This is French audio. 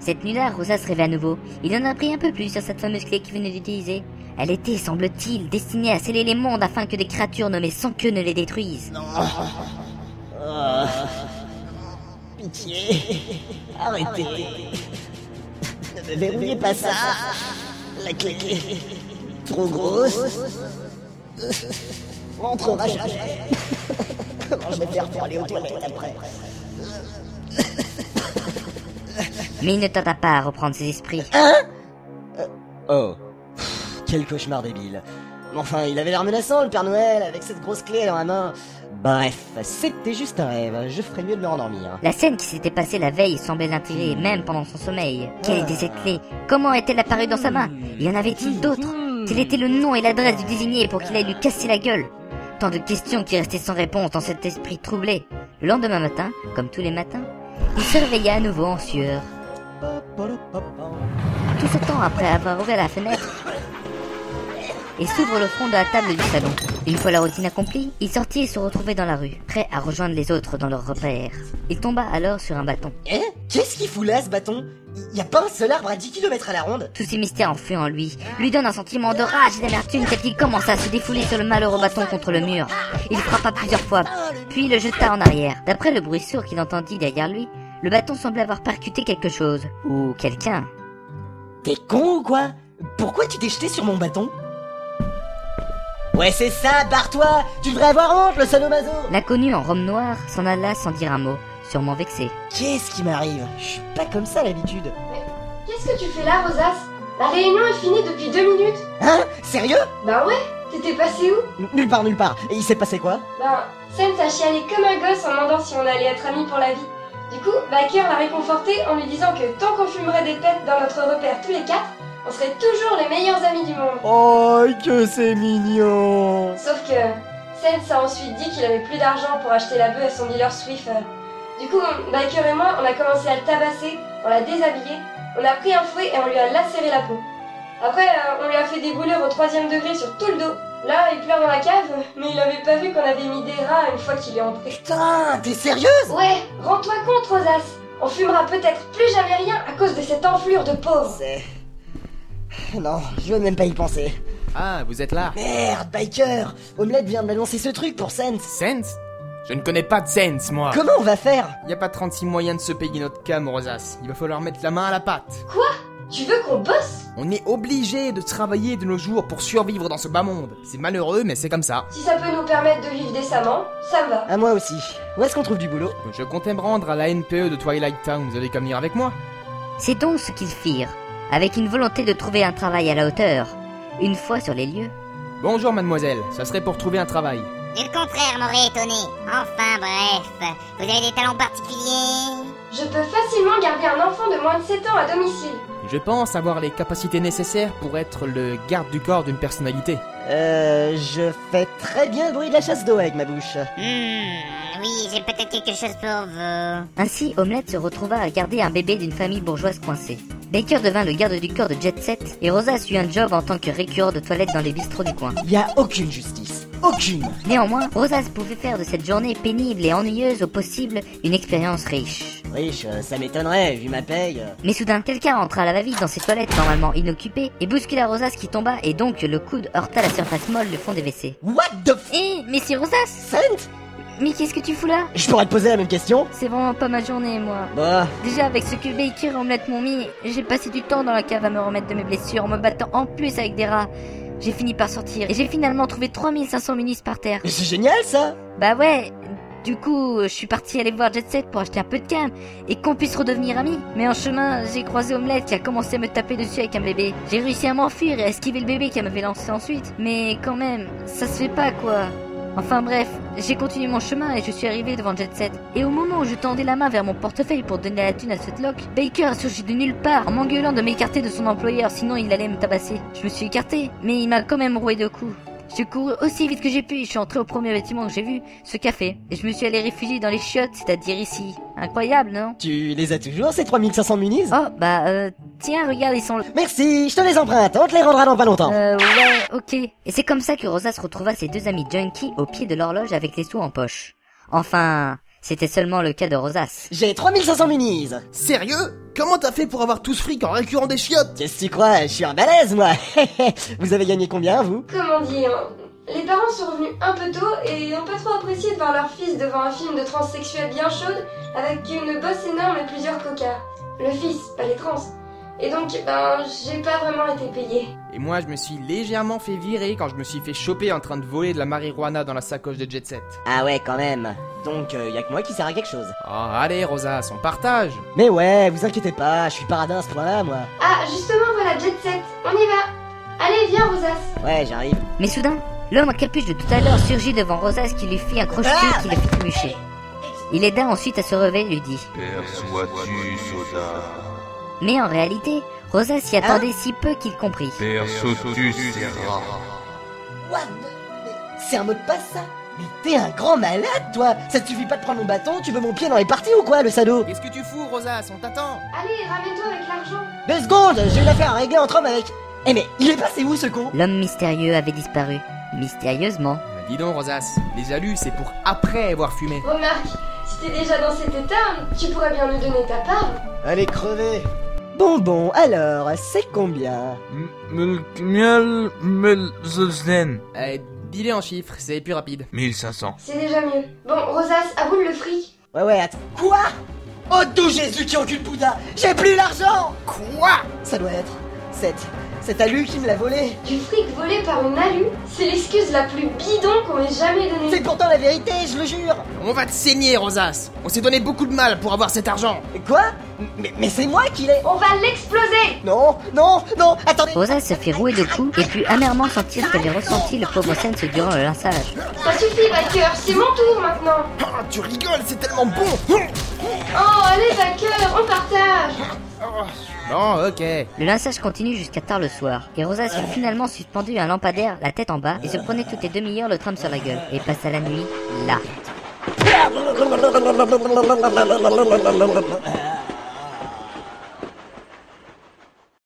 Cette nuit-là, Rosa se réveille à nouveau. Il en a appris un peu plus sur cette fameuse clé qu'il venait d'utiliser. Elle était, semble-t-il, destinée à sceller les mondes afin que des créatures nommées sans queue ne les détruisent. Oh. Pitié. Arrêtez. Ne verrouillez pas ça. La clé est trop grosse. Rentrera jamais. Comment je vais faire pour aller aux toilettes après Mais il ne tenta pas à reprendre ses esprits. Oh. Pff, Quel cauchemar débile. Mais Enfin, il avait l'air menaçant, le Père Noël, avec cette grosse clé dans la main. Bref, c'était juste un rêve. Je ferais mieux de me rendormir. La scène qui s'était passée la veille semblait l'intriguer, même pendant son sommeil. Quelle était cette clé Comment était-elle apparue dans sa main Y en avait-il d'autres Quel était le nom et l'adresse du désigné pour qu'il aille lui casser la gueule Tant de questions qui restaient sans réponse dans cet esprit troublé. Le lendemain matin, comme tous les matins, il se réveilla à nouveau en sueur. Tout ce temps après avoir ouvert la fenêtre et s'ouvre le front de la table du salon. Une fois la routine accomplie, il sortit et se retrouvait dans la rue, prêt à rejoindre les autres dans leur repère. Il tomba alors sur un bâton. Eh Qu'est-ce qu'il fout là, ce bâton Y a pas un seul arbre à 10 km à la ronde Tous ces mystères enfouis en lui lui donnent un sentiment de rage et d'amertume tel qu'il commença à se défouler sur le malheureux bâton contre le mur. Il frappa plusieurs fois, puis le jeta en arrière. D'après le bruit sourd qu'il entendit derrière lui, le bâton semblait avoir percuté quelque chose, ou quelqu'un. T'es con ou quoi Pourquoi tu t'es jeté sur mon bâton Ouais, c'est ça, barre-toi Tu devrais avoir honte, le sadomaso L'inconnu en robe noire s'en alla sans dire un mot, sûrement vexé. Qu'est-ce qui m'arrive Je suis pas comme ça l'habitude. Qu'est-ce que tu fais là, Rosas La réunion est finie depuis deux minutes. Hein Sérieux Ben ouais, t'étais passé où N- Nulle part, nulle part. Et il s'est passé quoi Ben, Sam t'a chialé comme un gosse en demandant si on allait être amis pour la vie. Du coup, Baker l'a réconforté en lui disant que tant qu'on fumerait des pets dans notre repère tous les quatre, on serait toujours les meilleurs amis du monde. Oh, que c'est mignon Sauf que Sens a ensuite dit qu'il avait plus d'argent pour acheter la bœuf à son dealer Swift. Du coup, Biker et moi, on a commencé à le tabasser, on l'a déshabillé, on a pris un fouet et on lui a lacéré la peau. Après, euh, on lui a fait des bouleurs au troisième degré sur tout le dos. Là, il pleure dans la cave, mais il avait pas vu qu'on avait mis des rats une fois qu'il est entré. Putain, t'es sérieuse Ouais, rends-toi compte, Rosas On fumera peut-être plus jamais rien à cause de cette enflure de pauvre C'est... Non, je veux même pas y penser. Ah, vous êtes là Merde, Biker Omelette vient de m'annoncer ce truc pour Sense. Sense Je ne connais pas de Sense, moi Comment on va faire Y a pas 36 moyens de se payer notre cam, Rosas. Il va falloir mettre la main à la pâte. Quoi Tu veux qu'on bosse On est obligé de travailler de nos jours pour survivre dans ce bas monde. C'est malheureux, mais c'est comme ça. Si ça peut nous permettre de vivre décemment, ça me va. À moi aussi. Où est-ce qu'on trouve du boulot Je comptais me rendre à la NPE de Twilight Town. Vous allez comme venir avec moi C'est donc ce qu'ils firent, avec une volonté de trouver un travail à la hauteur. Une fois sur les lieux, Bonjour, mademoiselle. Ça serait pour trouver un travail. Et le contraire m'aurait étonné. Enfin bref, vous avez des talents particuliers Je peux facilement garder un enfant de moins de 7 ans à domicile. Je pense avoir les capacités nécessaires pour être le garde du corps d'une personnalité. Euh, je fais très bien le bruit de la chasse d'eau avec ma bouche. Hmm, oui, j'ai peut-être quelque chose pour vous. Ainsi, Omelette se retrouva à garder un bébé d'une famille bourgeoise coincée. Baker devint le garde du corps de Jet Set et Rosa eut un job en tant que récurrent de toilette dans les bistrots du coin. Y a aucune justice. Aucune Néanmoins, Rosas pouvait faire de cette journée pénible et ennuyeuse au possible une expérience riche. Riche, euh, ça m'étonnerait, vu ma paye. euh. Mais soudain, quelqu'un entra à la va-vite dans ses toilettes normalement inoccupées et bouscula Rosas qui tomba et donc le coude heurta la surface molle du fond des WC. What the f... Eh, mais c'est Rosas Sainte Mais qu'est-ce que tu fous là Je pourrais te poser la même question C'est vraiment pas ma journée, moi. Bah, Déjà, avec ce que Baker Omelette m'ont mis, j'ai passé du temps dans la cave à me remettre de mes blessures en me battant en plus avec des rats. J'ai fini par sortir et j'ai finalement trouvé 3500 minis par terre. mais c'est génial ça Bah ouais, du coup, je suis parti aller voir Jet Set pour acheter un peu de cam et qu'on puisse redevenir amis. Mais en chemin, j'ai croisé Omelette qui a commencé à me taper dessus avec un bébé. J'ai réussi à m'enfuir et à esquiver le bébé qui m'avait lancé ensuite. Mais quand même, ça se fait pas quoi. Enfin bref, j'ai continué mon chemin et je suis arrivé devant Jet Set. Et au moment où je tendais la main vers mon portefeuille pour donner la thune à Sutlock, Baker a surgi de nulle part en m'engueulant de m'écarter de son employeur sinon il allait me tabasser. Je me suis écarté, mais il m'a quand même roué de coups. J'ai couru aussi vite que j'ai pu et je suis entré au premier bâtiment que j'ai vu, ce café. Et je me suis allé réfugier dans les chiottes, c'est-à-dire ici. Incroyable, non Tu les as toujours ces 3500 munis Oh, bah, euh, tiens, regarde, ils sont là. Ah, Merci, je te les emprunte, on te les rendra dans pas longtemps. Euh, ouais, ok. Et c'est comme ça que Rosa se retrouva ses deux amis junkies au pied de l'horloge avec les sous en poche. Enfin, C'était seulement le cas de Rosas. J'ai 3500 minis Sérieux Comment t'as fait pour avoir tout ce fric en récurant des chiottes Qu'est-ce que tu crois Je suis un balèze, moi Vous avez gagné combien, vous Comment dire hein. Les parents sont revenus un peu tôt et n'ont pas trop apprécié de voir leur fils devant un film de transsexuel bien chaude avec une bosse énorme et plusieurs cocards. Le fils, pas les trans. Et donc, ben, j'ai pas vraiment été payée. Et moi, je me suis légèrement fait virer quand je me suis fait choper en train de voler de la marijuana dans la sacoche de Jet Set. Ah ouais, quand même Donc, euh, y a que moi qui sert à quelque chose. Oh, allez, Rosas, on partage Mais ouais, vous inquiétez pas, je suis paradin à ce point-là, moi Ah, justement, voilà, Jet Set, on y va Allez, viens, Rosas Ouais, j'arrive. Mais soudain, l'homme à capuche de tout à l'heure surgit devant Rosas qui lui fit un crochet qui le fit trébucher. Il aida ensuite à se relever et lui dit Perçois-tu, Soda Mais en réalité, Rosas s'y attendait si peu qu'il comprit. Perçois-tu, Serra What the- Mais c'est un mot de passe, ça Mais t'es un grand malade, toi Ça te suffit pas de prendre mon bâton, tu veux mon pied dans les parties ou quoi, le salaud Qu'est-ce que tu fous, Rosas On t'attend Allez, ramène-toi avec l'argent Deux secondes, j'ai une affaire à régler entre hommes avec... Eh mais, il est passé où, ce con L'homme mystérieux avait disparu. Mystérieusement. Dis donc, Rosas, les alus, c'est pour après avoir fumé. Remarque, si t'es déjà dans cet état, tu pourrais bien nous donner ta part. Allez, crever Bon, bon, alors, c'est combien Miel, miel, zelzen. Euh, dis-les en chiffres, c'est plus rapide. 1500. C'est déjà mieux. Bon, Rosas, aboule le fric. Ouais, ouais, attends. Quoi Oh, d'où Jésus qui encule Bouddha J'ai plus l'argent Quoi Ça doit être cette... cette alu qui me l'a volé Du fric volé par une alu, c'est l'excuse la plus bidon qu'on m'ait jamais C'est donnée. pourtant la vérité, je le jure On va te saigner, Rosas On s'est donné beaucoup de mal pour avoir cet argent Quoi Mais, mais c'est moi qui l'ai On va l'exploser Non, non, non, attendez Rosas se fit rouer de coups et put amèrement sentir ce qu'avait ressenti le pauvre Sense durant le lançage. Ça suffit, Baker, c'est mon tour maintenant. Ah, tu rigoles, c'est tellement bon Oh, allez, Baker, on partage Bon, ok. Le lançage continue jusqu'à tard le soir, et Rosas fut finalement suspendu à un lampadaire, la tête en bas, et se prenait toutes les demi-heures le tram sur la gueule, et passa la nuit là. Euh,